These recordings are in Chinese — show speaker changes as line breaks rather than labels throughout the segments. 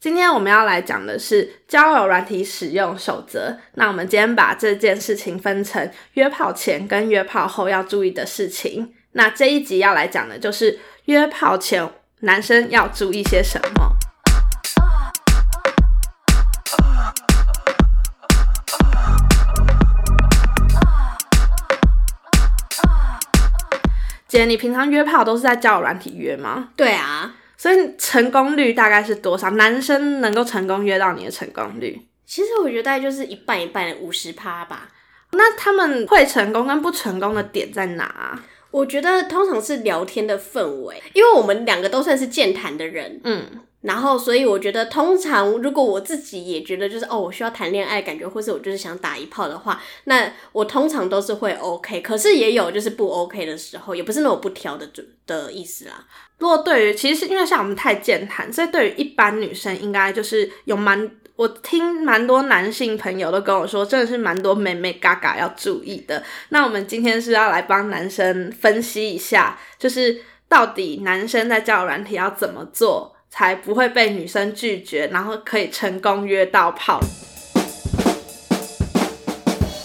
今天我们要来讲的是交友软体使用守则。那我们今天把这件事情分成约炮前跟约炮后要注意的事情。那这一集要来讲的就是约炮前男生要注意些什么。姐，你平常约炮都是在交友软体约吗？
对啊，
所以成功率大概是多少？男生能够成功约到你的成功率？
其实我觉得大概就是一半一半的五十趴吧。
那他们会成功跟不成功的点在哪啊？
我觉得通常是聊天的氛围，因为我们两个都算是健谈的人，
嗯，
然后所以我觉得通常如果我自己也觉得就是哦，我需要谈恋爱感觉，或是我就是想打一炮的话，那我通常都是会 OK，可是也有就是不 OK 的时候，也不是那种不挑的准的意思啦。
如果对于其实是因为像我们太健谈，所以对于一般女生应该就是有蛮，我听蛮多男性朋友都跟我说，真的是蛮多妹妹嘎嘎要注意的。那我们今天是要来帮男生分析一下，就是到底男生在交友软体要怎么做才不会被女生拒绝，然后可以成功约到炮。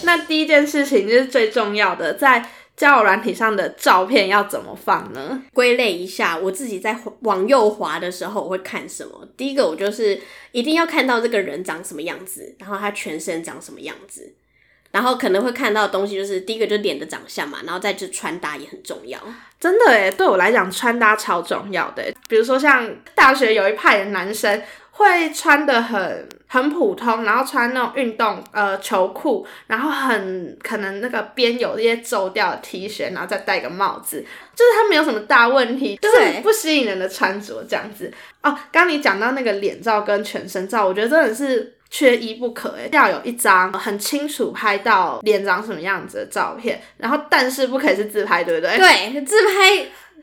那第一件事情就是最重要的，在交友软体上的照片要怎么放呢？
归类一下，我自己在滑往右滑的时候，我会看什么？第一个，我就是一定要看到这个人长什么样子，然后他全身长什么样子，然后可能会看到的东西就是第一个就是脸的长相嘛，然后再就是穿搭也很重要。
真的诶，对我来讲穿搭超重要的耶。比如说像大学有一派的男生会穿的很很普通，然后穿那种运动呃球裤，然后很可能那个边有一些皱掉的 T 恤，然后再戴个帽子，就是他没有什么大问题，就
对
是不吸引人的穿着这样子。哦，刚你讲到那个脸照跟全身照，我觉得真的是。缺一不可诶，要有一张很清楚拍到脸长什么样子的照片，然后但是不可以是自拍，对不对？
对，自拍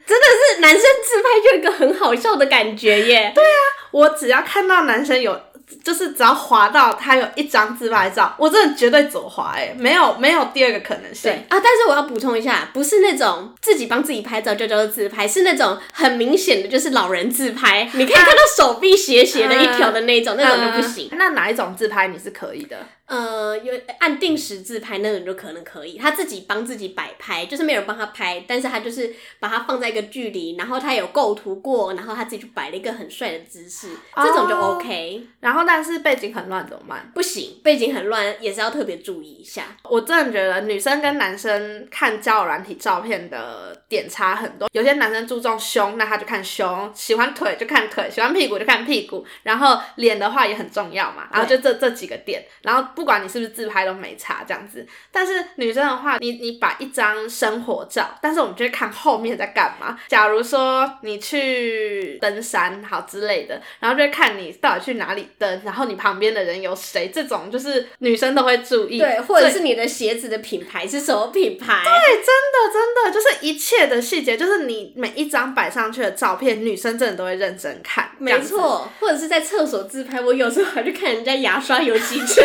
真的是男生自拍就有一个很好笑的感觉耶。对，
我只要看到男生有，就是只要滑到他有一张自拍照，我真的绝对左滑、欸，没有没有第二个可能性。
啊，但是我要补充一下，不是那种自己帮自己拍照就叫做自拍，是那种很明显的就是老人自拍，你可以看到手臂斜斜的一条的那种，那种就不行。
嗯那哪一种自拍你是可以的？
呃，有按定时自拍那种就可能可以，他自己帮自己摆拍，就是没有人帮他拍，但是他就是把它放在一个距离，然后他有构图过，然后他自己去摆了一个很帅的姿势，
哦
这种就 OK。
然后但是背景很乱怎么办？
不行，背景很乱，也是要特别注意一下。
我真的觉得女生跟男生看交友软体照片的点差很多。有些男生注重胸，那他就看胸；喜欢腿就看腿，喜欢屁股就看屁股。然后脸的话也很重要嘛，然后就这这几个点。然后不管你是不是自拍都没差这样子。但是女生的话，你你把一张生活照，但是我们就会看后面在干嘛。假如说你去登山好之类的，然后就会看你到底去哪里登，然后你旁边的人有谁，这种就是女生都会注意。
对，或者
最
是你的鞋子的品牌是什么品牌？
真的就是一切的细节，就是你每一张摆上去的照片，女生真的都会认真看。这
没
样子，
错，或者是在厕所自拍，我有时候还去看人家牙刷有几支。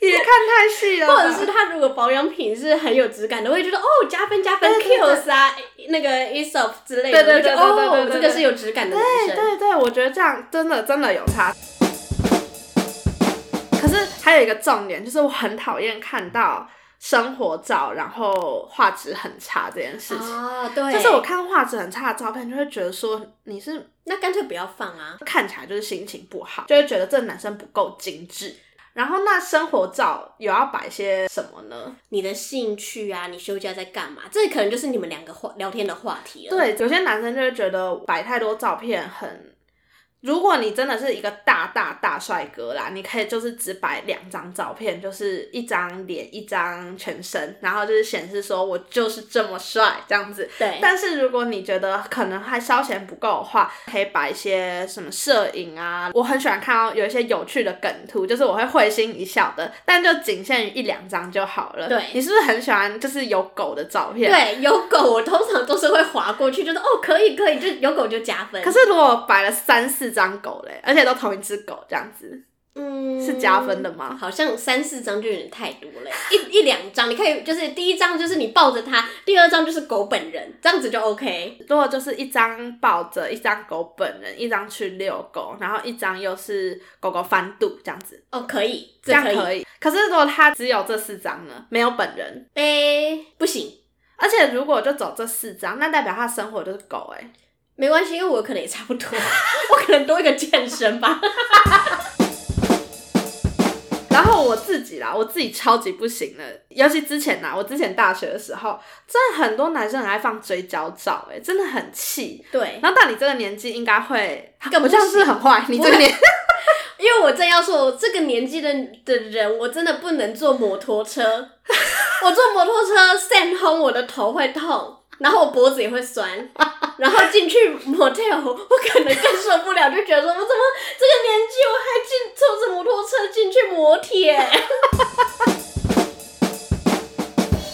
也看太细了吧，
或者是他如果保养品是很有质感的，我也觉得哦加分加分
对对对
Kills 啊，那个 Esop 之类的，
对对对
我就觉得
对对对
哦
对
这个是有质感的女
对
生。
对对，我觉得这样真的真的有差。可是还有一个重点，就是我很讨厌看到生活照，然后画质很差这件事情。
啊，对，
就是我看画质很差的照片，就会觉得说你是
那干脆不要放啊。
看起来就是心情不好，就会觉得这男生不够精致。然后那生活照有要摆些什么呢？
你的兴趣啊，你休假在干嘛？这可能就是你们两个话聊天的话题了。，
对，有些男生就会觉得摆太多照片很。如果你真的是一个大大大帅哥啦，你可以就是只摆两张照片，就是一张脸，一张全身，然后就是显示说我就是这么帅这样子。
对，
但是如果你觉得可能还稍嫌不够的话，可以摆一些什么摄影啊，我很喜欢看到有一些有趣的梗图，就是我会会心一笑的，但就仅限于一两张就好了。
对
你是不是很喜欢就是有狗的照片？
对，有狗我通常都是会划过去，就是哦可 以可以，就有狗就加分。
可是如果摆了三四张狗嘞，而且都同一只狗这样子，
嗯，
是加分的吗？
好像三四张就有点太多了，一一两张你可以，就是第一张就是你抱着它，第二张就是狗本人，这样子就 OK。
如果就是一张抱着，一张狗本人，一张去遛狗，然后一张又是狗狗翻肚这样子，
哦，可以，
这样
可以。
可以。可是如果它只有这四张呢，没有本人，
诶、不行，
而且如果就走这四张，那代表它的生活就是狗哎、
没关系，因为我可能也差不多，我可能多一个健身吧。
然后我自己啦，我自己超级不行的，尤其之前啦，我之前大学的时候，真的很多男生很爱放追焦照、欸，哎，真的很气。
对，
然后到你这个年纪，应该会，
更不
我这样是不是很坏。你这个年，
因为我正要说，我这个年纪的的人，我真的不能坐摩托车。我坐摩托车扇轰，我的头会痛，然后我脖子也会酸，然后进去 motel，我可能更受不了，就觉得说我怎么这个年纪我还进坐着摩托车进去摩铁？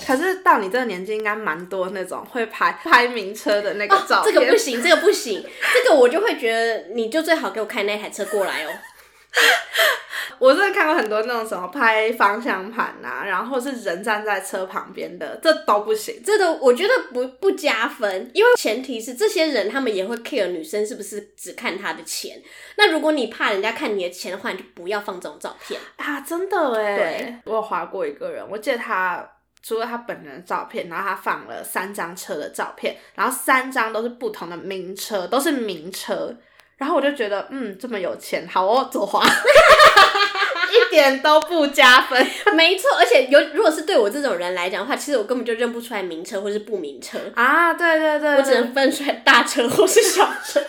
可是到你这个年纪，应该蛮多那种会拍拍名车的那个照
哦，这
片。
个不行，这个不行，这个我就会觉得你就最好给我开那台车过来哦。
我真的看过很多那种什么拍方向盘啊，然后是人站在车旁边的，这都不行。
这都我觉得不不加分，因为前提是这些人他们也会 care 女生是不是只看她的钱。那如果你怕人家看你的钱的话，你就不要放这种照片。
啊，真的哎
对，
我有划过一个人，我记得他除了他本人的照片，然后他放了三张车的照片，然后三张都是不同的名车，都是名车，然后我就觉得，嗯，这么有钱，好哦，左滑， 一点都不加分。
没错，而且有如果是对我这种人来讲的话，其实我根本就认不出来名车或是不名车，
啊，对对对，
我只
对
能分出来大车或是小车。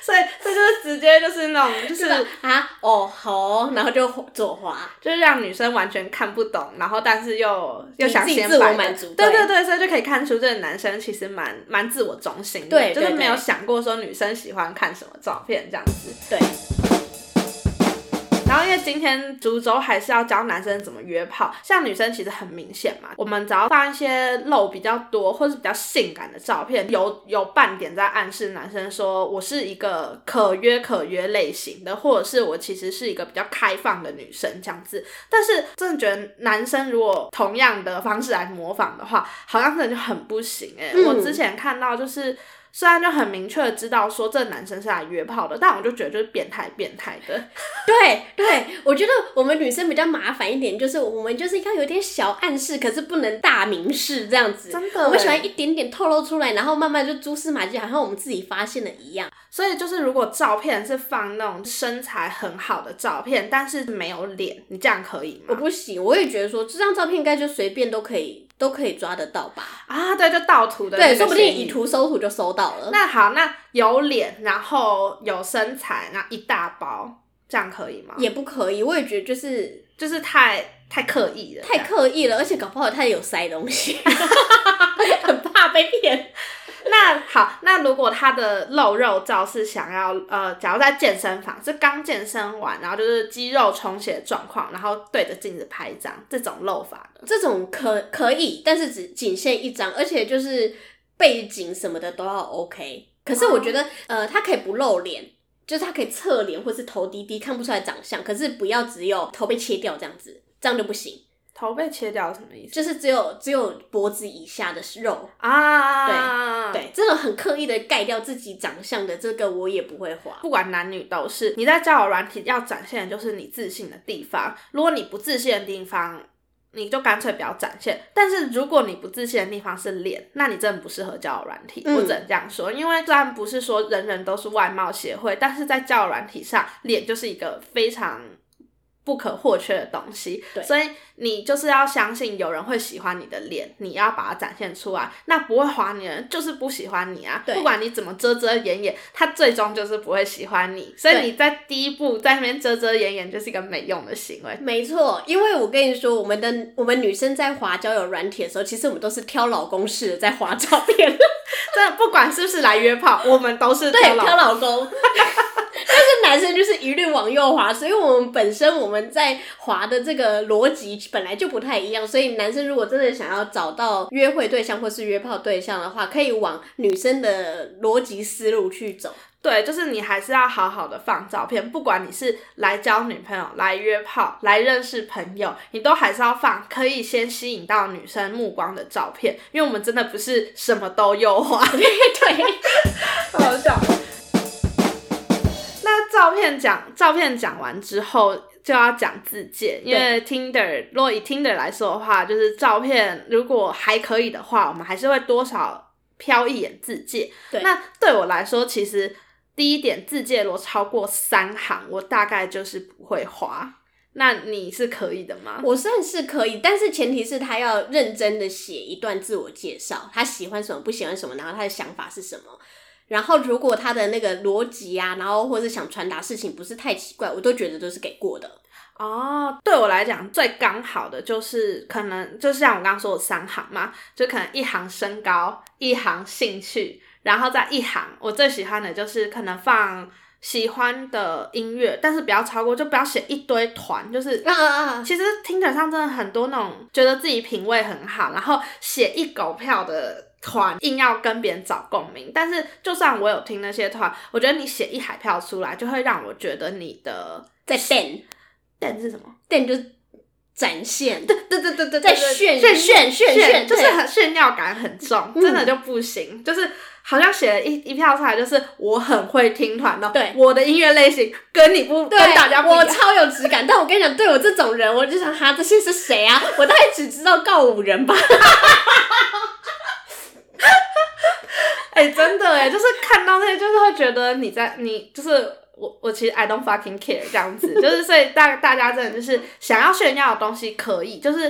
所以这就是直接就是那种就是
是啊，哦好哦然后就左滑。
就是让女生完全看不懂，然后但是又又想
你自己
显
自我
摆的
满足
对对
对
对，所以就可以看出这个男生其实蛮蛮自我中心的，
对
就是
对
没有
对
想过说女生喜欢看什么照片这样子。
对，
然后因为今天主轴还是要教男生怎么约炮，像女生其实很明显嘛，我们只要放一些露比较多或是比较性感的照片，有有半点在暗示男生说我是一个可约可约类型的，或者是我其实是一个比较开放的女生这样子。但是真的觉得男生如果同样的方式来模仿的话，好像真的就很不行哎、
嗯
我之前看到就是。虽然就很明确的知道说这男生是来约炮的，但我就觉得就是变态变态的，
对对，我觉得我们女生比较麻烦一点，就是我们就是要有点小暗示，可是不能大明示这样子。
真的
我
欸
们喜欢一点点透露出来，然后慢慢就蛛丝马迹，好像我们自己发现的一样。
所以就是，如果照片是放那种身材很好的照片，但是没有脸，你这样可以
我
吗？
不行，我也觉得说这张照片应该就随便都可以，都可以抓得到吧？
啊，对，就盗图的那个
对，说不定
嫌疑
以。图搜图就搜到了。
那好，那有脸，然后有身材，然后一大包，这样可以吗？
也不可以，我也觉得就是
就是太太刻意了，
太
这样
刻意了，而且搞不好他也有塞 东西，很怕被骗。
那好，那如果他的露肉照是想要呃，假如在健身房是刚健身完，然后就是肌肉充血的状况，然后对着镜子拍一张，这种露法呢？
这种可可以，但是只仅限一张，而且就是背景什么的都要 OK。可是我觉得，呃，他可以不露脸，就是他可以侧脸或是头低低，看不出来长相，可是不要只有头被切掉这样子，这样就不行。
头被切掉是什么意思？
就是只有只有脖子以下的肉，
啊，
对，这种很刻意的盖掉自己长相的，这个我也不会滑。
不管男女都是，你在交友软体要展现的就是你自信的地方。如果你不自信的地方，你就干脆不要展现。但是如果你不自信的地方是脸，那你真的不适合交友软体。
嗯
我只能这样说，因为虽然不是说人人都是外貌协会，但是在交友软体上，脸就是一个非常。不可或缺的东西，
对
所以你就是要相信有人会喜欢你的脸，你要把它展现出来。那不会划你的人就是不喜欢你啊，
对
不管你怎么遮遮掩掩，他最终就是不会喜欢你。所以
对
你在第一步在那边遮遮掩掩，就是一个没用的行为。
没错，因为我跟你说，我们的我们女生在滑交友软体的时候，其实我们都是挑老公式的在滑照片，
真的，不管是不是来约炮，我们都是
对，
挑老
挑老公。但是男男生就是一律往右滑，所以我们本身我们在滑的这个逻辑本来就不太一样，所以男生如果真的想要找到约会对象或是约炮对象的话，可以往女生的逻辑思路去走。
对，就是你还是要好好的放照片，不管你是来交女朋友、来约炮、来认识朋友，你都还是要放可以先吸引到女生目光的照片，因为我们真的不是什么都啊优 化。
对，
好笑。那照片讲照片讲完之后，就要讲自介，因为 Tinder 如果以 Tinder 来说的话，就是照片如果还可以的话，我们还是会多少瞟一眼自介。
对
那对我来说，其实第一点自介如果超过三行，我大概就是不会花。那你是可以的吗？
我算是可以，但是前提是他要认真的写一段自我介绍，他喜欢什么，不喜欢什么，然后他的想法是什么。然后如果他的那个逻辑啊，然后或是想传达事情不是太奇怪，我都觉得都是给过的。
哦，对我来讲最刚好的就是可能就像我刚刚说的三行嘛，就可能一行身高，一行兴趣，然后再一行我最喜欢的就是可能放喜欢的音乐，但是不要超过，就不要写一堆团，就是
啊啊啊！
其实听者上真的很多那种觉得自己品味很好，然后写一狗票的团，硬要跟别人找共鸣。但是就算我有听那些团，我觉得你写一海票出来，就会让我觉得你的
在 den
但是什么？
den 就是展现，
对对对对对，
在
对对
炫
炫
炫炫炫
就是
对
很炫耀感很重，
嗯
真的就不行，就是。好像写了一一票出来，就是我很会听团哦，
对
我的音乐类型跟你不
对
跟大家不一
我
样，
超有质感。但我跟你讲，对我这种人，我就想哈，这些是谁啊？我大概只知道告五人吧。
哎、真的哎，就是看到那些，就是会觉得你在你就是我，我其实 I don't fucking care 这样子， 就是所以大大家真的就是想要炫耀的东西可以，就是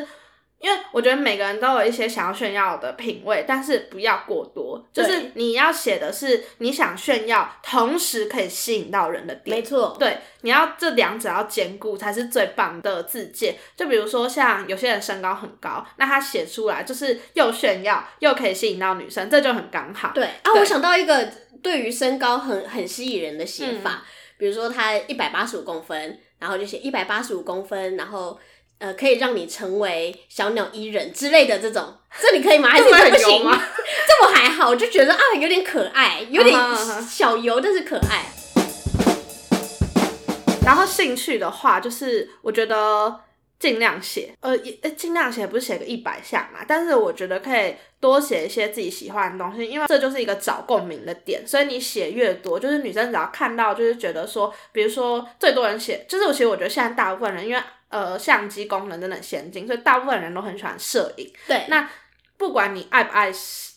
因为我觉得每个人都有一些想要炫耀的品味，但是不要过多，就
对
是你要写的是你想炫耀，同时可以吸引到人的点，
错，
对，你要这两者要兼顾才是最棒的自介。就比如说像有些人身高很高，那他写出来就是又炫耀又可以吸引到女生，这就很刚好。
对啊，
对
我想到一个对于身高很很吸引人的写法，比如说他一百八十五公分，然后就写一百八十五公分，然后呃可以让你成为小鸟依人之类的这种，这你可以吗？还是
这么
这不
油
行
吗？
这我还好，我就觉得啊有点可爱，有点
嗯嗯嗯
小油，但是可爱。
然后兴趣的话，就是我觉得尽量写，呃，也呃尽量写，不是写个一百项嘛，但是我觉得可以多写一些自己喜欢的东西，因为这就是一个找共鸣的点，所以你写越多，就是女生只要看到，就是觉得说，比如说最多人写，就是我其实我觉得现在大部分人因为呃相机功能真的很先进，所以大部分人都很喜欢摄影。
对，
那不管你爱不爱，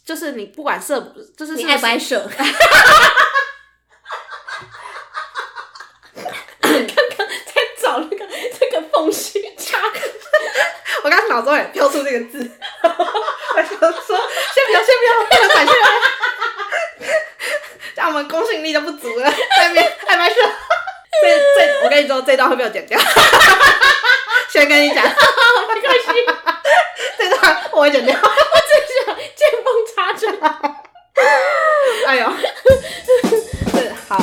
就是你不管摄不，就是
你
是
爱不
是
爱射？刚刚在找那个这个缝隙插
我刚刚脑中也飘出这个字，我想说先不要，先不要，不要管，先不要，啊这样我们公信力就不足了。在那边还蛮顺，这这我跟你说，这段会被我剪掉。 先跟你讲，
好没关系，
这段我会剪掉。
这是见缝插针。
哎呦， 对，好，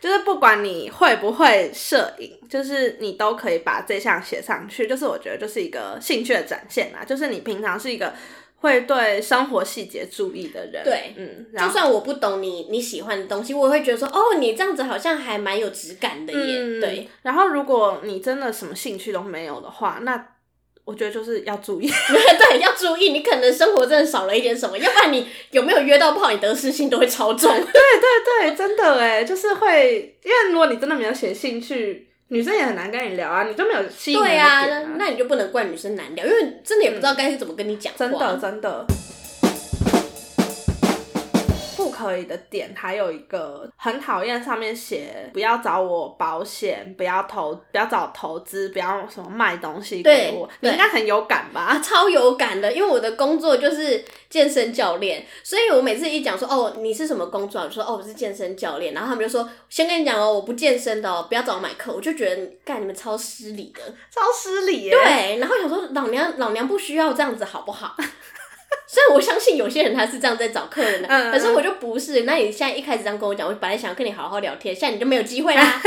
就是不管你会不会摄影，就是你都可以把这项写上去。就是我觉得就是一个兴趣的展现啦，就是你平常是一个会对生活细节注意的人。
对
嗯，然
就
后。
算我不懂你你喜欢的东西，我也会觉得说，哦，你这样子好像还蛮有质感的耶。
嗯，
对，。
然后，如果你真的什么兴趣都没有的话，那我觉得就是要注意。
对，要注意，你可能生活真的少了一点什么，要不然你有没有约到炮，你得失心都会超重。
对对对，真的哎，就是会，因为如果你真的没有写兴趣，女生也很难跟你聊啊，你就没有吸引人的
对
点、
啊，那那你就不能怪女生难聊，因为真的也不知道该怎么跟你讲、话。
真的真的。不可以的点还有一个很讨厌，上面写不要找我保险，不要投，不要找我投资，不要什么卖东西
对
给我，你
对
应该很有感
啊，
吧？
超有感的，因为我的工作就是健身教练，所以我每次一讲说哦你是什么工作啊，我就说哦我是健身教练，然后他们就说先跟你讲哦我不健身的哦，不要找我买课，我就觉得干你们超失礼的，
超失礼耶！
对，然后想说老娘老娘不需要这样子好不好？ 虽然我相信有些人他是这样在找客人的，
嗯嗯
可是我就不是。那你现在一开始这样跟我讲，我本来想要跟你好好聊天，现在你就没有机会啦。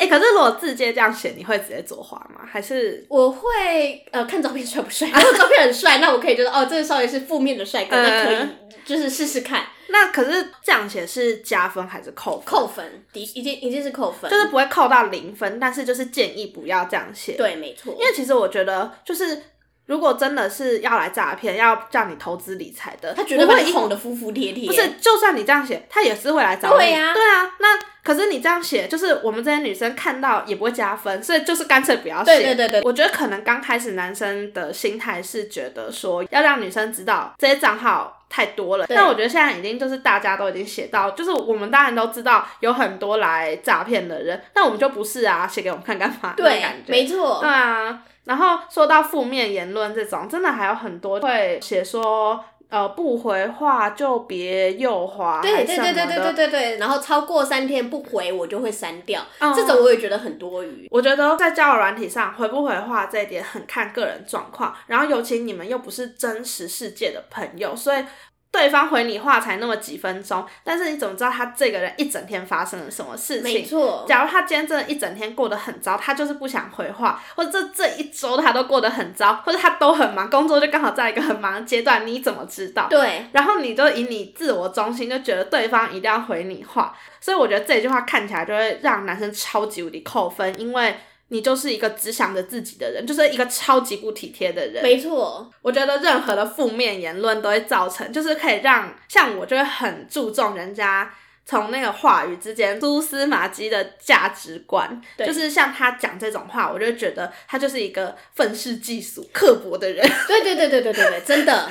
哎、可是如果字界这样写，你会直接左滑吗？还是
我会呃看照片帅 不帅，如果照片很帅，那我可以觉得哦，这个稍微是负面的帅哥，那可以
嗯
就是试试看，
那可是这样写是加分还是扣分？
扣分，的一定一定是扣分，
就是不会扣到零分，但是就是建议不要这样写。，
对，没错，
因为其实我觉得就是。如果真的是要来诈骗，要叫你投资理财的，
他绝对
不
把
会
你哄得服服帖帖，
不是，就算你这样写，他也是会来找你。
对呀
对啊。那可是你这样写，就是我们这些女生看到也不会加分，所以就是干脆不要写。
对对对对
我觉得可能刚开始男生的心态是觉得说要让女生知道这些账号太多了，
对
但我觉得现在已经就是大家都已经写到，就是我们当然都知道有很多来诈骗的人，那我们就不是啊，写给我们看干嘛？那种
对
感，觉
没错，
对啊，然后说到负面言论这种，真的还有很多会写说，呃，不回话就别右滑，
对
哦还
对
什么
对对对对
的。
对对，然后超过三天不回，我就会删掉。
嗯
这种我也觉得很多余。
我觉得在交友软体上回不回话这一点很看个人状况，然后尤其你们又不是真实世界的朋友，所以对方回你话才那么几分钟，但是你怎么知道他这个人一整天发生了什么事
没
情？
错，
假如他今天真的一整天过得很糟，他就是不想回话，或者这这一周他都过得很糟，或者他都很忙，工作就刚好在一个很忙的阶段，你怎么知道？
对
然后你就以你自我中心，就觉得对方一定要回你话，所以我觉得这句话看起来就会让男生超级无敌扣分，因为你就是一个只想着自己的人，就是一个超级不体贴的人。
没错，
我觉得任何的负面言论都会造成，就是可以让像我就会很注重人家从那个话语之间蛛丝马迹的价值观，
对
就是像他讲这种话，我就会觉得他就是一个愤世嫉俗、刻薄的人。
对对对对对对对，真的，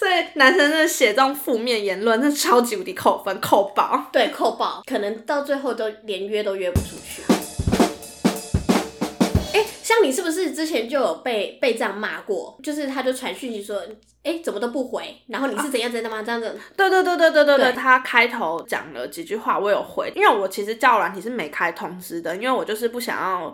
所以男生真的写这种负面言论，真的超级无敌扣分扣爆。
对扣爆，可能到最后都连约都约不出去。哎，像你是不是之前就有被被这样骂过？就是他就传讯息说，哎，怎么都不回，然后你是怎样怎样吗？这样子，
对对对对对对对，
对
他开头讲了几句话，我有回，因为我其实交友软体是没开通知的，因为我就是不想要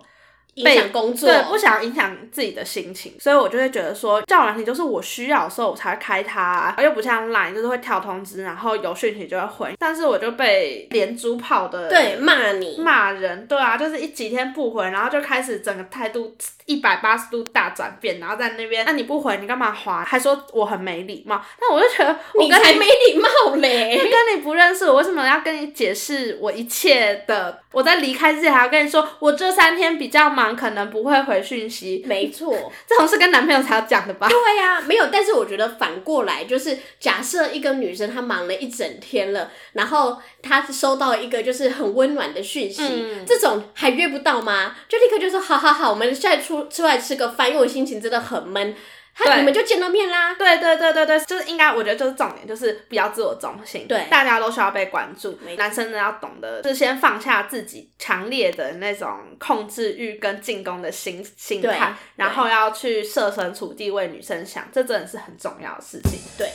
影
被
响工作，
对，不想影响自己的心情，所以我就会觉得说，交友软体就是我需要的时候我才会开它、啊又不像 Line 就是会跳通知，然后有讯息就会回，但是我就被连珠炮的
对骂你，
骂人，对啊，就是一几天不回，然后就开始整个态度一百八十度大转变，然后在那边，那你不回你干嘛滑？还说我很没礼貌，那我就觉得我
你
跟
才
你
没礼貌嘞。
跟你不认识，我为什么要跟你解释我一切的？我在离开之前还要跟你说，我这三天比较忙，可能不会回讯息，
没错，
这种是跟男朋友才要讲的吧？
对呀、没有。但是我觉得反过来，就是假设一个女生她忙了一整天了，然后她收到一个就是很温暖的讯息，
嗯
这种还约不到吗？就立刻就说好好好，我们现在出出来吃个饭，因为我心情真的很闷。她
对
你们就见到面啦。
对对对对对，就是应该，我觉得就是重点，就是不要自我中心。
对
大家都需要被关注
没。错
男生呢要懂得，就是先放下自己强烈的那种控制欲跟进攻的心心
对
态，然
对
后要去设身处地为女生想，这真的是很重要的事情。
对，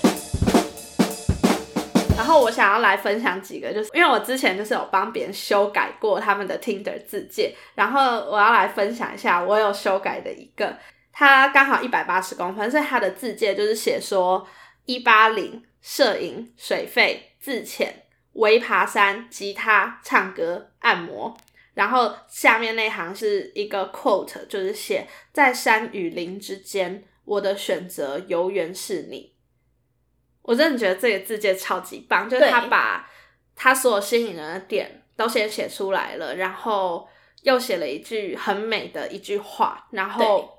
然后我想要来分享几个，就是因为我之前就是有帮别人修改过他们的 Tinder 字界，然后我要来分享一下我有修改的一个，他刚好一百八十公分，所以他的字界就是写说一八零摄影、水费、自潜、微爬山、吉他、唱歌、按摩。然后下面那行是一个 quote，就是写在山与林之间，我的选择永远是你。我真的觉得这个字界超级棒，就是
对
他把他所有吸引人的点都先写出来了，然后又写了一句很美的一句话，然
对
后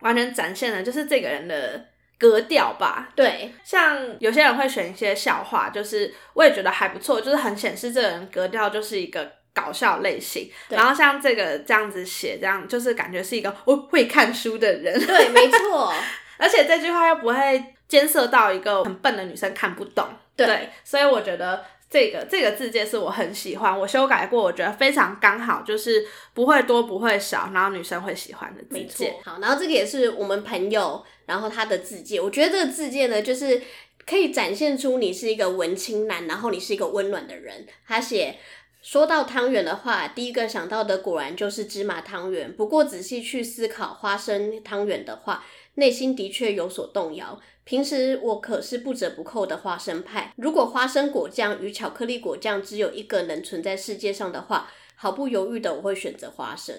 完全展现了就是这个人的格调吧，
对
像有些人会选一些笑话，就是我也觉得还不错，就是很显示这个人格调就是一个搞笑类型。
对
然后像这个这样子写，这样就是感觉是一个我会看书的人，
对，没错，
而且这句话又不会监涉到一个很笨的女生看不懂。
对
所以我觉得。这个这个字界是我很喜欢，我修改过，我觉得非常刚好，就是不会多不会少，然后女生会喜欢的字
没错
界。。
好，然后这个也是我们朋友，然后他的自介，我觉得这个自介呢，就是可以展现出你是一个文青男，然后你是一个温暖的人。他写。说到汤圆的话，第一个想到的果然就是芝麻汤圆。不过仔细去思考花生汤圆的话，内心的确有所动摇。平时我可是不折不扣的花生派，如果花生果酱与巧克力果酱只有一个能存在世界上的话，毫不犹豫的我会选择花生。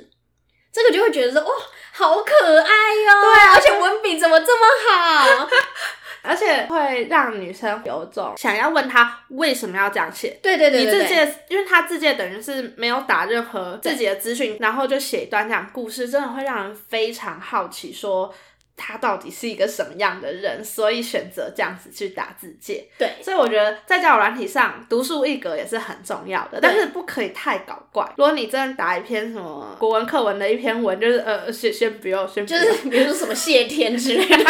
这个就会觉得说，哇、好可爱哟、
对啊
而且文笔怎么这么好？
而且会让女生有种想要问他为什么要这样写。
对对对
你
对
自
对，
介，因为他自介等于是没有打任何自己的资讯，然后就写一段这样故事，真的会让人非常好奇，说他到底是一个什么样的人，所以选择这样子去打自介。
对
所以我觉得在交友软体上，独树一格也是很重要的，但是不可以太搞怪。如果你真的打一篇什么国文课文的一篇文，就是呃，先先不用，先不
就
用。
是比如说什么谢天之类的。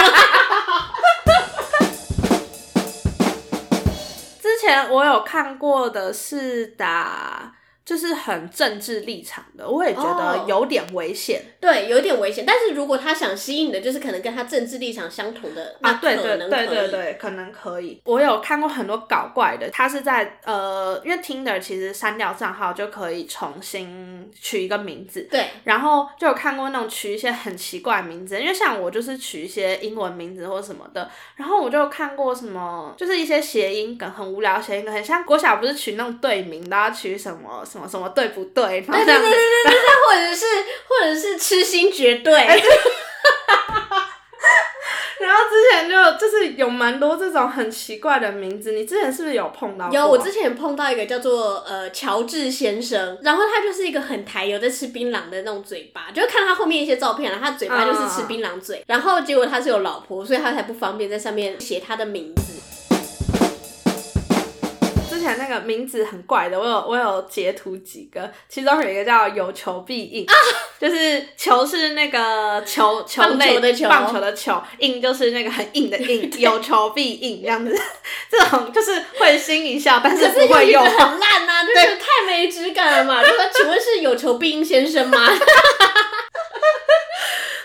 之前我有看过的是打。就是很政治立场的，我也觉
哦
得有点危险。
对，有点危险。但是如果他想吸引的，就是可能跟他政治立场相同的，那
啊，对
可
对
能
对
可
对
以，
对，可能可以。我有看过很多搞怪的，他是在呃，因为 Tinder 其实删掉账号就可以重新取一个名字，
对
然后就有看过那种取一些很奇怪的名字，因为像我就是取一些英文名字或什么的，然后我就看过什么，就是一些谐音梗，很无聊的谐音梗，很像国小不是取那种队名，然后取什么什么什么对不对，然后这样子，
或者是或者是痴心绝对，
然后之前就就是有蛮多这种很奇怪的名字，你之前是不是有碰到过啊？
有，我之前碰到一个叫做呃乔治先生，然后他就是一个很台有在吃槟榔的那种嘴巴，就看他后面一些照片啊，他嘴巴就是吃槟榔嘴，然后结果他是有老婆，所以他才不方便在上面写他的名字。
之前那个名字很怪的，我有我有截图几个，其中有一个叫有求必 应，就是球是那个球球类
棒球的球
棒球的球，硬就是那个很硬的 硬，有求必应这样子， 这种就是会心一笑，但是
可是
不会
又
用
觉得。很烂 呐、啊，就是太没质感了嘛。 就说请问是有求必应先生吗？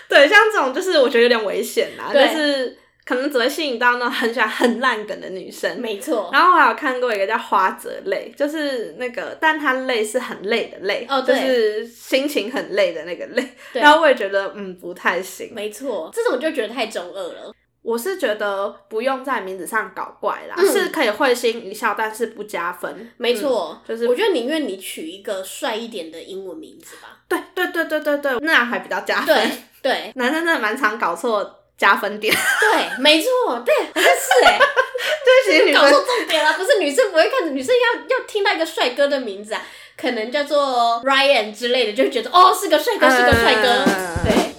对，像这种就是我觉得有点危险啦，就
对
是可能只会吸引到那种很喜欢很烂梗的女生。
没错，
然后我还有看过一个叫花泽类，就是那个，但它累是很累的累，
哦
就
对
是心情很累的那个累。
对
然后我也觉得，嗯，不太行。
没错，这种就觉得太中二了。
我是觉得不用在名字上搞怪啦，
嗯
是可以会心一笑，但是不加分。嗯
没错，
就是
我觉得宁愿你取一个帅一点的英文名字 吧。
对对对对对对，那样还比较加分。
对对
男生真的蛮常搞错加分 点，
对，没错，对，好像是 哎、
对，其实女
搞
生
错重点了，不是女生不会看，女生要要听到一个帅哥的名字啊，可能叫做 Ryan 之类的，就会觉得哦是个帅哥，是个帅哥，
嗯
对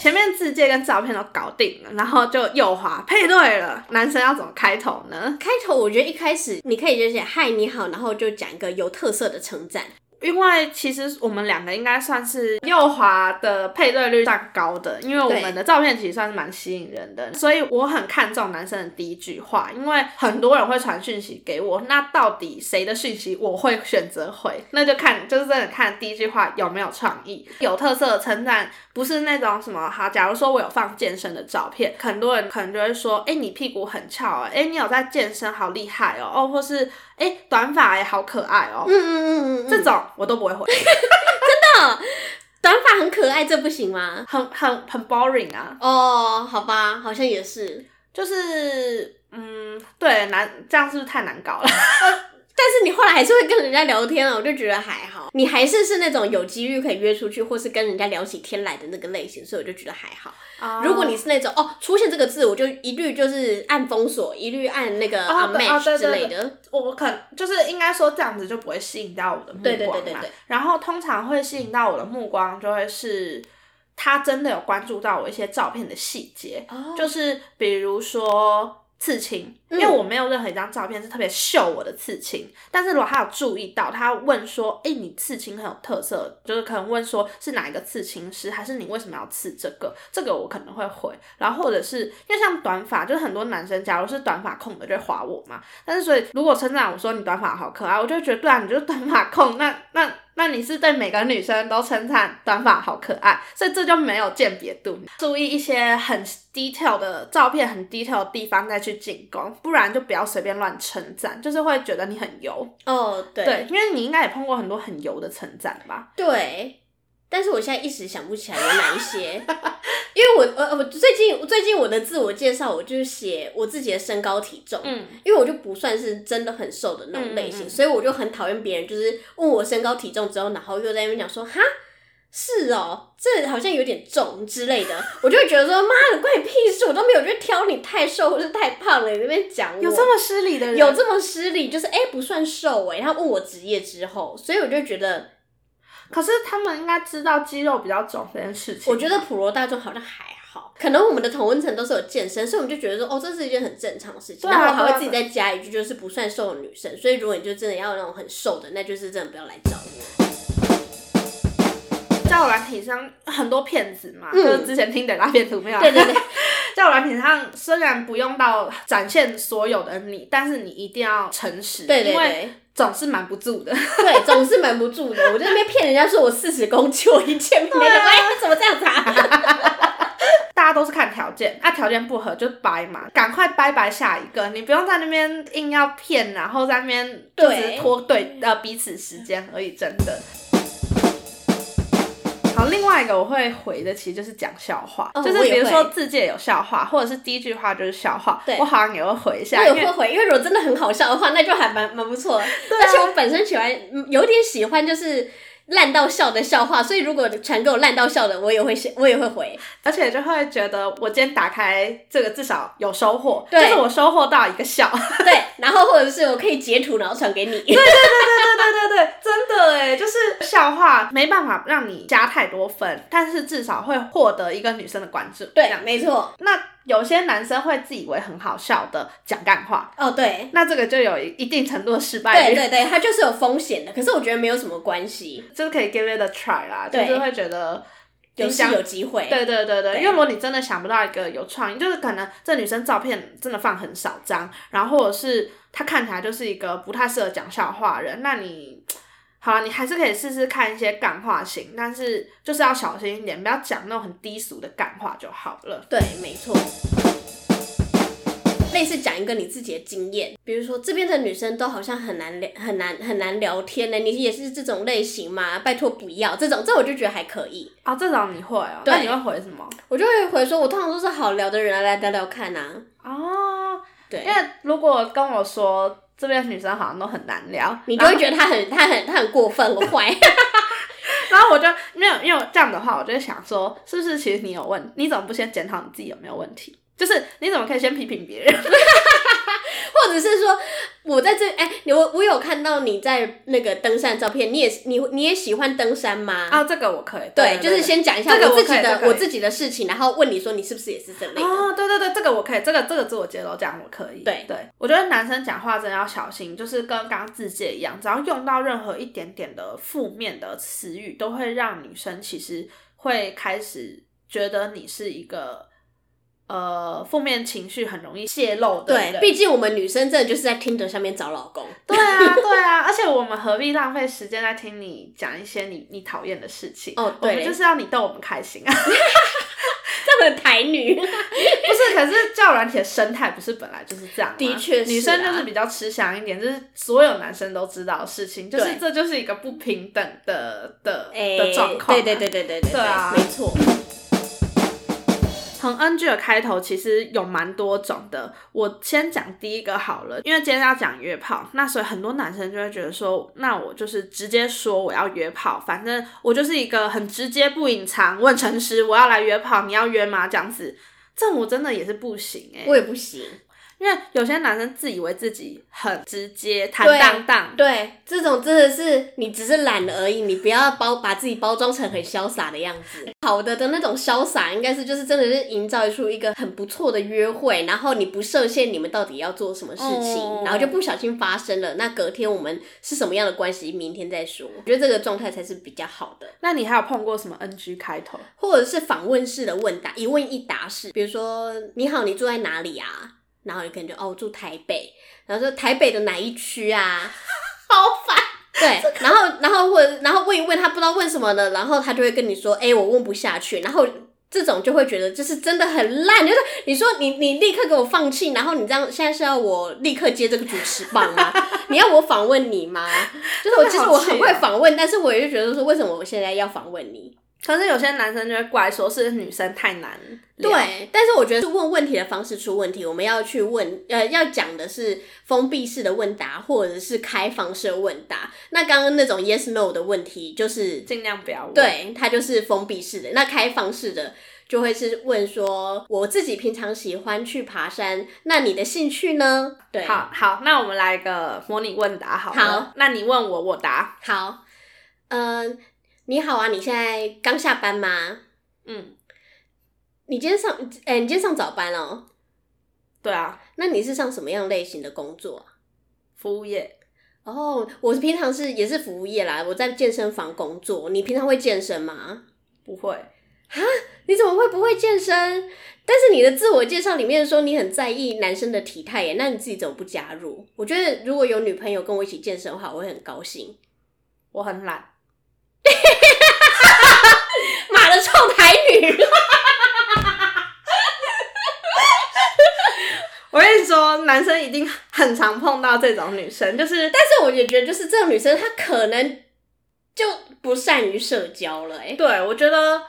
前面字界跟照片都搞定了，然后就右滑配对了，男生要怎么开头呢？
开头我觉得一开始你可以就写嗨你好，然后就讲一个有特色的称赞。
因为其实我们两个应该算是右滑的配对率算高的，因为我们的照片其实算是蛮吸引人的，所以我很看重男生的第一句话，因为很多人会传讯息给我，那到底谁的讯息我会选择回，那就看就是真的看第一句话有没有创意，有特色的称赞，不是那种什么好，假如说我有放健身的照片，很多人可能就会说，哎、你屁股很翘、哎、你有在健身，好厉害哦，哦，或是哎、短发哎、好可爱哦。
嗯嗯嗯嗯，
这
这
种我都不会回，
短发很可爱，这不行吗？
很很很 boring 啊，
哦，好吧，好像也是。
就是嗯，对，难这样是不是太难搞了？
但是你后来还是会跟人家聊天啊，我就觉得还好，你还是是那种有几率可以约出去，或是跟人家聊起天来的那个类型，所以我就觉得还好。 如果你是那种哦，出现这个字我就一律就是按封锁，一律按那个
哦对哦
unmatch
对对
之类的。
我可能就是应该说这样子就不会吸引到我的目光嘛。啊
对对对对对
然后通常会吸引到我的目光就会是他真的有关注到我一些照片的细节，
哦
就是比如说刺青，因为
嗯
我没有任何一张照片是特别秀我的刺青，但是如果他有注意到，他问说：“哎、你刺青很有特色，就是可能问说是哪一个刺青师，还是你为什么要刺这个？”这个我可能会回，然后或者是因为像短发，就是很多男生假如是短发控的就会划我嘛，但是所以如果称赞我说你短发好可爱，我就会觉得对啊，你就是短发控，那 那那你是对每个女生都称赞短发好可爱，所以这就没有鉴别度。注意一些很 detail 的照片、很 detail 的地方再去进攻，不然就不要随便乱称赞，就是会觉得你很油。
哦，对
对，因为你应该也碰过很多很油的称赞吧？
对但是我现在一时想不起来有哪一些， 因为我呃我最近最近我的自我介绍我就是写我自己的身高体重，
嗯，
因为我就不算是真的很瘦的那种类型，
嗯嗯嗯
所以我就很讨厌别人就是问我身高体重之后，然后又在那边讲说哈。是哦，这好像有点重之类的，我就会觉得说，妈的，关你屁事！我都没有去挑你太瘦或是太胖了，你那边讲我
有这么失礼的人，
有这么失礼，就是哎、不算瘦哎、他问我职业之后，所以我就觉得，
可是他们应该知道肌肉比较肿这件事情。
我觉得普罗大众好像还好，可能我们的同温层都是有健身，所以我们就觉得说，哦，这是一件很正常的事情。
对啊
然后我
对
还
啊
会自己再加一句，就是不算瘦的女生。所以如果你就真的要那种很瘦的，那就是真的不要来找我。
交友软体上很多骗子嘛，
嗯
就是之前听的那骗图没有啊？
对对对，
交友软体上虽然不用到展现所有的你，但是你一定要诚实，
对对
因为
对
总是瞒不住的。
对，总是瞒不住的。我在那边骗人家说我四十公斤，我一见面就说，哎、怎么这样子 啊？
大家都是看条件，啊，条件不合就掰嘛，赶快掰掰下一个，你不用在那边硬要骗，然后在那边就
对
只是拖对呃彼此时间而已，真的。好，另外一个我会回的其实就是讲笑话，
哦
就是
我
比
也
如说
会
自介有笑话，或者是第一句话就是笑话
对，
我好像也会回一下，
我
因
有
为
后悔，因为如果真的很好笑的话，那就还蛮蛮不错的。
啊
而且我本身喜欢，嗯有点喜欢就是烂到笑的笑话，所以如果传给我烂到笑的，我也会写，我也会回。
而且就会觉得我今天打开这个至少有收获，就
对
是我收获到一个笑。
对，然后或者是我可以截图然后传给你。
对对对，真的哎，就是笑话没办法让你加太多分，但是至少会获得一个女生的关注。这
对
样，
没错。
那有些男生会自以为很好笑的讲干话，
哦，对，
那这个就有一一定程度的失败
对
率，
对对，它就是有风险的，可是我觉得没有什么关系，
就是可以 give it a try 啦，就
对
是会觉得
有
你
是
想
有机会。
对对对对，
对
因为如果你真的想不到一个有创意，就是可能这女生照片真的放很少张，然后或者是她看起来就是一个不太适合讲笑话的人，那你好了，你还是可以试试看一些感化型，但是就是要小心一点，不要讲那种很低俗的感话就好了。
对，没错。类似讲一个你自己的经验，比如说这边的女生都好像很难聊、很难、很难聊天呢、你也是这种类型吗？拜托不要这种，这我就觉得还可以。
啊、这种你会哦、
对
那你会回什么？
我就会回说，我通常都是好聊的人啊来聊聊看啊。
哦，
对
因为，如果跟我说这边女生好像都很难聊，
你就会觉得他很、他很、他很过分，我坏。
然后我就没有，因为这样的话，我就会想说，是不是其实你有问，你怎么不先检讨你自己有没有问题？就是你怎么可以先批评别人？
或者是说，我在这哎、你我我有看到你在那个登山的照片，你也是你你也喜欢登山吗？
啊，这个我可以，
对，就是先讲一下
这个
我
我
自己
可以
的
这个可以
我自己的事情，然后问你说你是不是也是这类的。
哦，对对对，这个我可以，这个这个自我揭露这样我可以。
对
对，我觉得男生讲话真的要小心，就是跟刚刚自介一样，只要用到任何一点点的负面的词语，都会让女生其实会开始觉得你是一个呃负面情绪很容易泄露的人。
对，毕竟我们女生真的就是在听着上面找老公。
对啊，对啊，而且我们何必浪费时间来听你讲一些你你讨厌的事情？
哦，
我们
对，
就是要你逗我们开心啊！
这么台女。
不是，可是教软体的生态不是本来就是这样吗？
的确是啊
女生就是比较吃香一点，就是所有男生都知道的事情，就是
对
这就是一个不平等的的
哎
的状况、啊
对对对。对对对，
对啊
没错。
从 NG 的开头其实有蛮多种的，我先讲第一个好了，因为今天要讲约炮，那所以很多男生就会觉得说，那我就是直接说我要约炮，反正我就是一个很直接不隐藏，问诚实，我要来约炮，你要约吗？这样子，这我真的也是不行哎、
我也不行。
因为有些男生自以为自己很直接、坦
对
荡荡，
对，这种真的是你只是懒而已，你不要包把自己包装成很潇洒的样子。好的的那种潇洒，应该是就是真的是营造出一个很不错的约会，然后你不设限你们到底要做什么事情，
哦
然后就不小心发生了。那隔天我们是什么样的关系，明天再说。我觉得这个状态才是比较好的。
那你还有碰过什么 NG 开头？
或者是访问式的问答，一问一答式。比如说，你好，你住在哪里啊？然后你可能就哦，我住台北，然后说台北的哪一区啊？好烦。 对，然后然后问，然后问一问他不知道问什么的，然后他就会跟你说，哎、我问不下去。然后这种就会觉得就是真的很烂，就是你说你你立刻给我放弃，然后你这样现在是要我立刻接这个主持棒吗？你要我访问你吗？就是我其实我很会访问，但是我就觉得说，为什么我现在要访问你？
可是有些男生就会怪说是女生太难聊，
对，但是我觉得是问问题的方式出问题。我们要去问，呃，要讲的是封闭式的问答或者是开放式的问答。那刚刚那种 yes no 的问题，就是
尽量不要问。，
对，它就是封闭式的。那开放式的就会是问说，我自己平常喜欢去爬山，那你的兴趣呢？对，
好好，那我们来一个模拟问答好了。
好，
那你问我，我答。
好，嗯、你好啊，你现在刚下班吗？
嗯，
你今天上，哎、你今天上早班哦。
对啊，
那你是上什么样类型的工作啊？
服务业
哦，我平常是也是服务业啦，我在健身房工作。你平常会健身吗？
不会。
你怎么会不会健身？但是你的自我介绍里面说你很在意男生的体态耶，那你自己怎么不加入？我觉得如果有女朋友跟我一起健身的话，我会很高兴。
我很懒，
妈的，臭台女！
我跟你说，男生一定很常碰到这种女生，就是
但是我也觉得，就是这种女生她可能就不善于社交了哎。
对我觉得，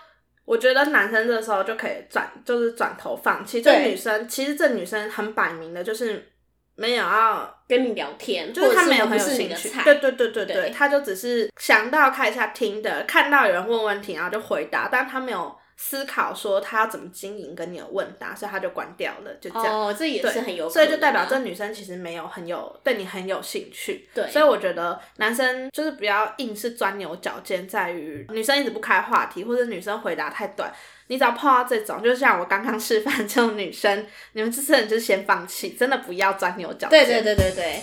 我觉得男生这时候就可以转，就是转头放弃。这
对
女生其实这女生很摆明的，就是没有要，
跟你聊天，
就是她没有
或
很
者
有
是我不是你
兴
的
趣。
菜，
对对对对
对
对，她就只是想到看一下听的，看到有人问问题，然后就回答，但她没有思考说她要怎么经营跟你的问答，所以她就关掉了，就这样。
哦，这也
对
是很有可
所
能啊，
以就代表这女生其实没有很有对你很有兴趣，
对
所以我觉得男生就是不要硬是钻牛角尖，在于女生一直不开话题，或者女生回答太短。你只要碰到这种，就像我刚刚示范这种女生，你们这次人就是先放弃，真的不要钻牛角尖。
对对对对对，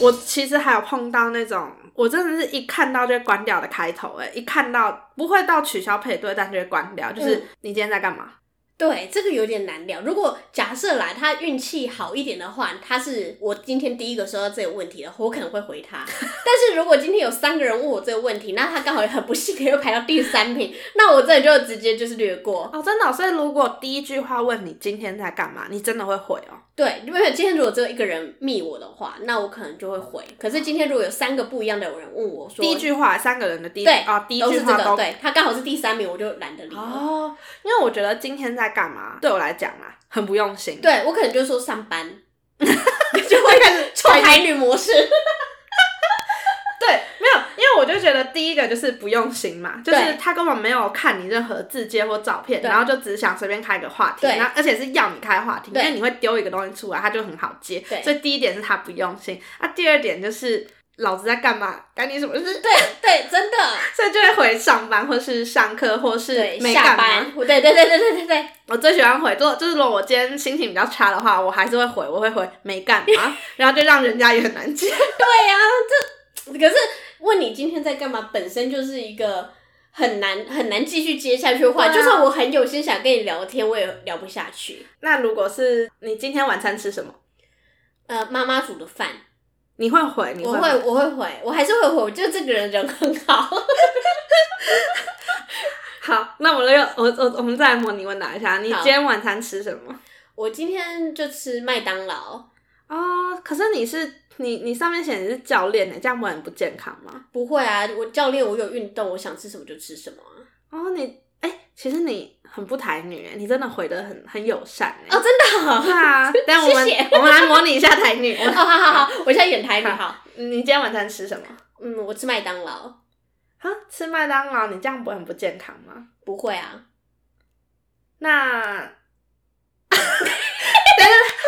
我其实还有碰到那种，我真的是一看到就会关掉的开头、欸，哎，一看到不会到取消配对，但就会关掉，就是、
嗯
你今天在干嘛？
对，这个有点难聊。如果假设啦，他运气好一点的话，他是我今天第一个收到这个问题的，我可能会 回他。但是如果今天有三个人问我这个问题，那他刚好很不幸的又排到第三名，那我这里就直接就是略过。
哦，真的哦、所以如果第一句话问你今天在干嘛，你真的会回哦。
对，因为今天如果只有一个人密我的话，那我可能就会回。可是今天如果有三个不一样的人问我说，
第一句话，三个人的第一
对
哦，第一
都
句
是
话
这
都
个，对他刚好是第三名，我就懒得理了。
哦，因为我觉得今天在干嘛，对我来讲啊，很不用心。
对我可能就说上 班， 就会开始臭台女模式。
对，没有，因为我就觉得第一个就是不用心嘛，就是
对
他根本没有看你任何字节或照片，
对
然后就只想随便开个话题，
对
然后而且是要你开话题，因
对
为你会丢一个东西出来，他就很好接。
对
所以第一点是他不用心，啊，第二点就是老子在干嘛，干你什么事？
对对，真的。
所以就会回上班或是上课或是
对，
没
下
干嘛
班，对对对对对对对，
我最喜欢回，就就是如果我今天心情比较差的话，我还是会回，我会回没干 嘛，然后就让人家也很难接。
可是问你今天在干嘛，本身就是一个很难很难继续接下去的话，
对啊
就算我很有心想跟你聊天，我也聊不下去。
那如果是你今天晚餐吃什么，
呃，妈妈煮的饭，
你会回？你
我
会
会
回
我会回，我还是会回，我觉得这个人人很好。
好，那我们又我我我们再来模拟问答一下，你
好
今天晚餐吃什么？
我今天就吃麦当劳，
哦，可是你是你你上面写你是教练欸呢，这样不会很不健康吗？
不会啊，我教练我有运动，我想吃什么就吃什么啊。
哦，你哎、其实你很不台女哎，你真的回的很很友善哎。
哦，真的啊、
对 啊，但我们
谢谢
我们来模拟一下台 女。我
哦，好好好，我现在演台女好。
你今天晚餐吃什么？
嗯，我吃麦当劳，
啊，吃麦当劳，你这样不会很不健康吗？
不会啊。
那， 等等，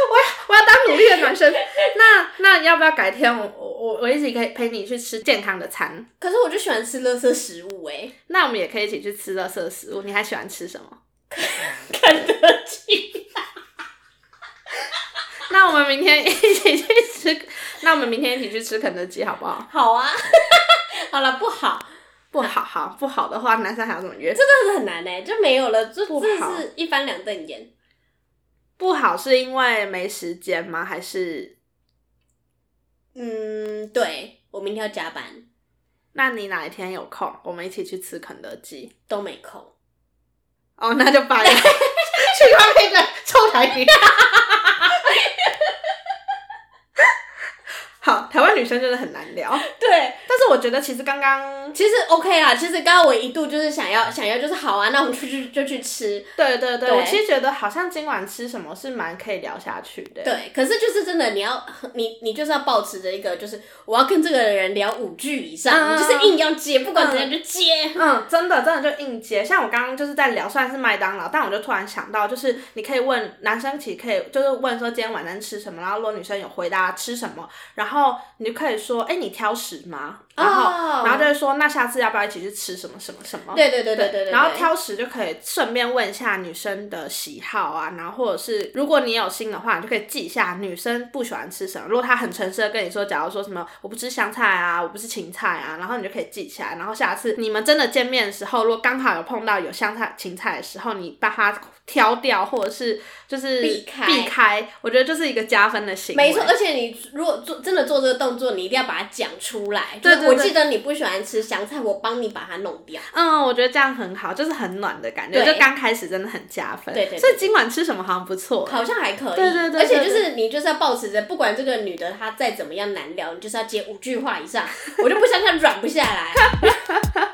我要我要当努力的男生。那那要不要改天我我我我一起可以陪你去吃健康的餐？
可是我就喜欢吃垃圾食物哎、欸，
那我们也可以一起去吃垃圾食物。你还喜欢吃什么？
肯德基。
那我们明天一起去吃，那我们明天一起去吃肯德基好不好？
好啊， 好了，不好，
不好，好不好的话，男生还有什么约？
真的是很难呢、欸就没有了，就
不
真
好
的是一翻两瞪眼。
不好是因为没时间吗？还是
嗯，对我明天要加班，
那你哪一天有空，我们一起去吃肯德基？
都没空。
哦，那就拜了。 去外面的臭台女。 好，台湾女生真的很难聊，
对，
但是我觉得其实刚刚
其实 OK 啦，其实刚刚我一度就是想要想要就是好啊，那我们就去就去吃，
对对对，
对
我其实觉得好像今晚吃什么是蛮可以聊下去的。
对，可是就是真的，你要你你就是要保持着一个，就是我要跟这个人聊五句以上，
嗯
你就是硬要接，不管怎样就接。
嗯，真的真的就硬接。像我刚刚就是在聊，虽然是麦当劳，但我就突然想到，就是你可以问男生，其实可以就是问说今天晚餐吃什么，然后如果女生有回答吃什么，然后你就可以说，哎、你挑食吗？然后、
哦
然后就会说，那下次要不要一起去吃什么什么什么？
对对对对对啊对，
然后
对
挑食就可以顺便问一下女生的喜好啊，然后或者是如果你有心的话，你就可以记一下女生不喜欢吃什么。如果她很诚实的跟你说，假如说什么我不吃香菜啊，我不吃芹菜啊，然后你就可以记起来。然后下次你们真的见面的时候，如果刚好有碰到有香菜、芹菜的时候，你把它挑掉，或者是就是
避开
避开，我觉得就是一个加分的行为。
没错，欸而且你如果做真的做这个动作，你一定要把它讲出来。
对
就
对
是我
对
记得你不喜欢吃香菜，我帮你把它弄掉。
嗯，我觉得这样很好，就是很暖的感觉，
对
就刚开始真的很加分。
对对对
所以今晚吃什么好像不错、
好像还可以，
对对对对
而且就是你就是要保持着，不管这个女的她再怎么样难聊，你就是要接五句话以上，我就不相信她软不下来。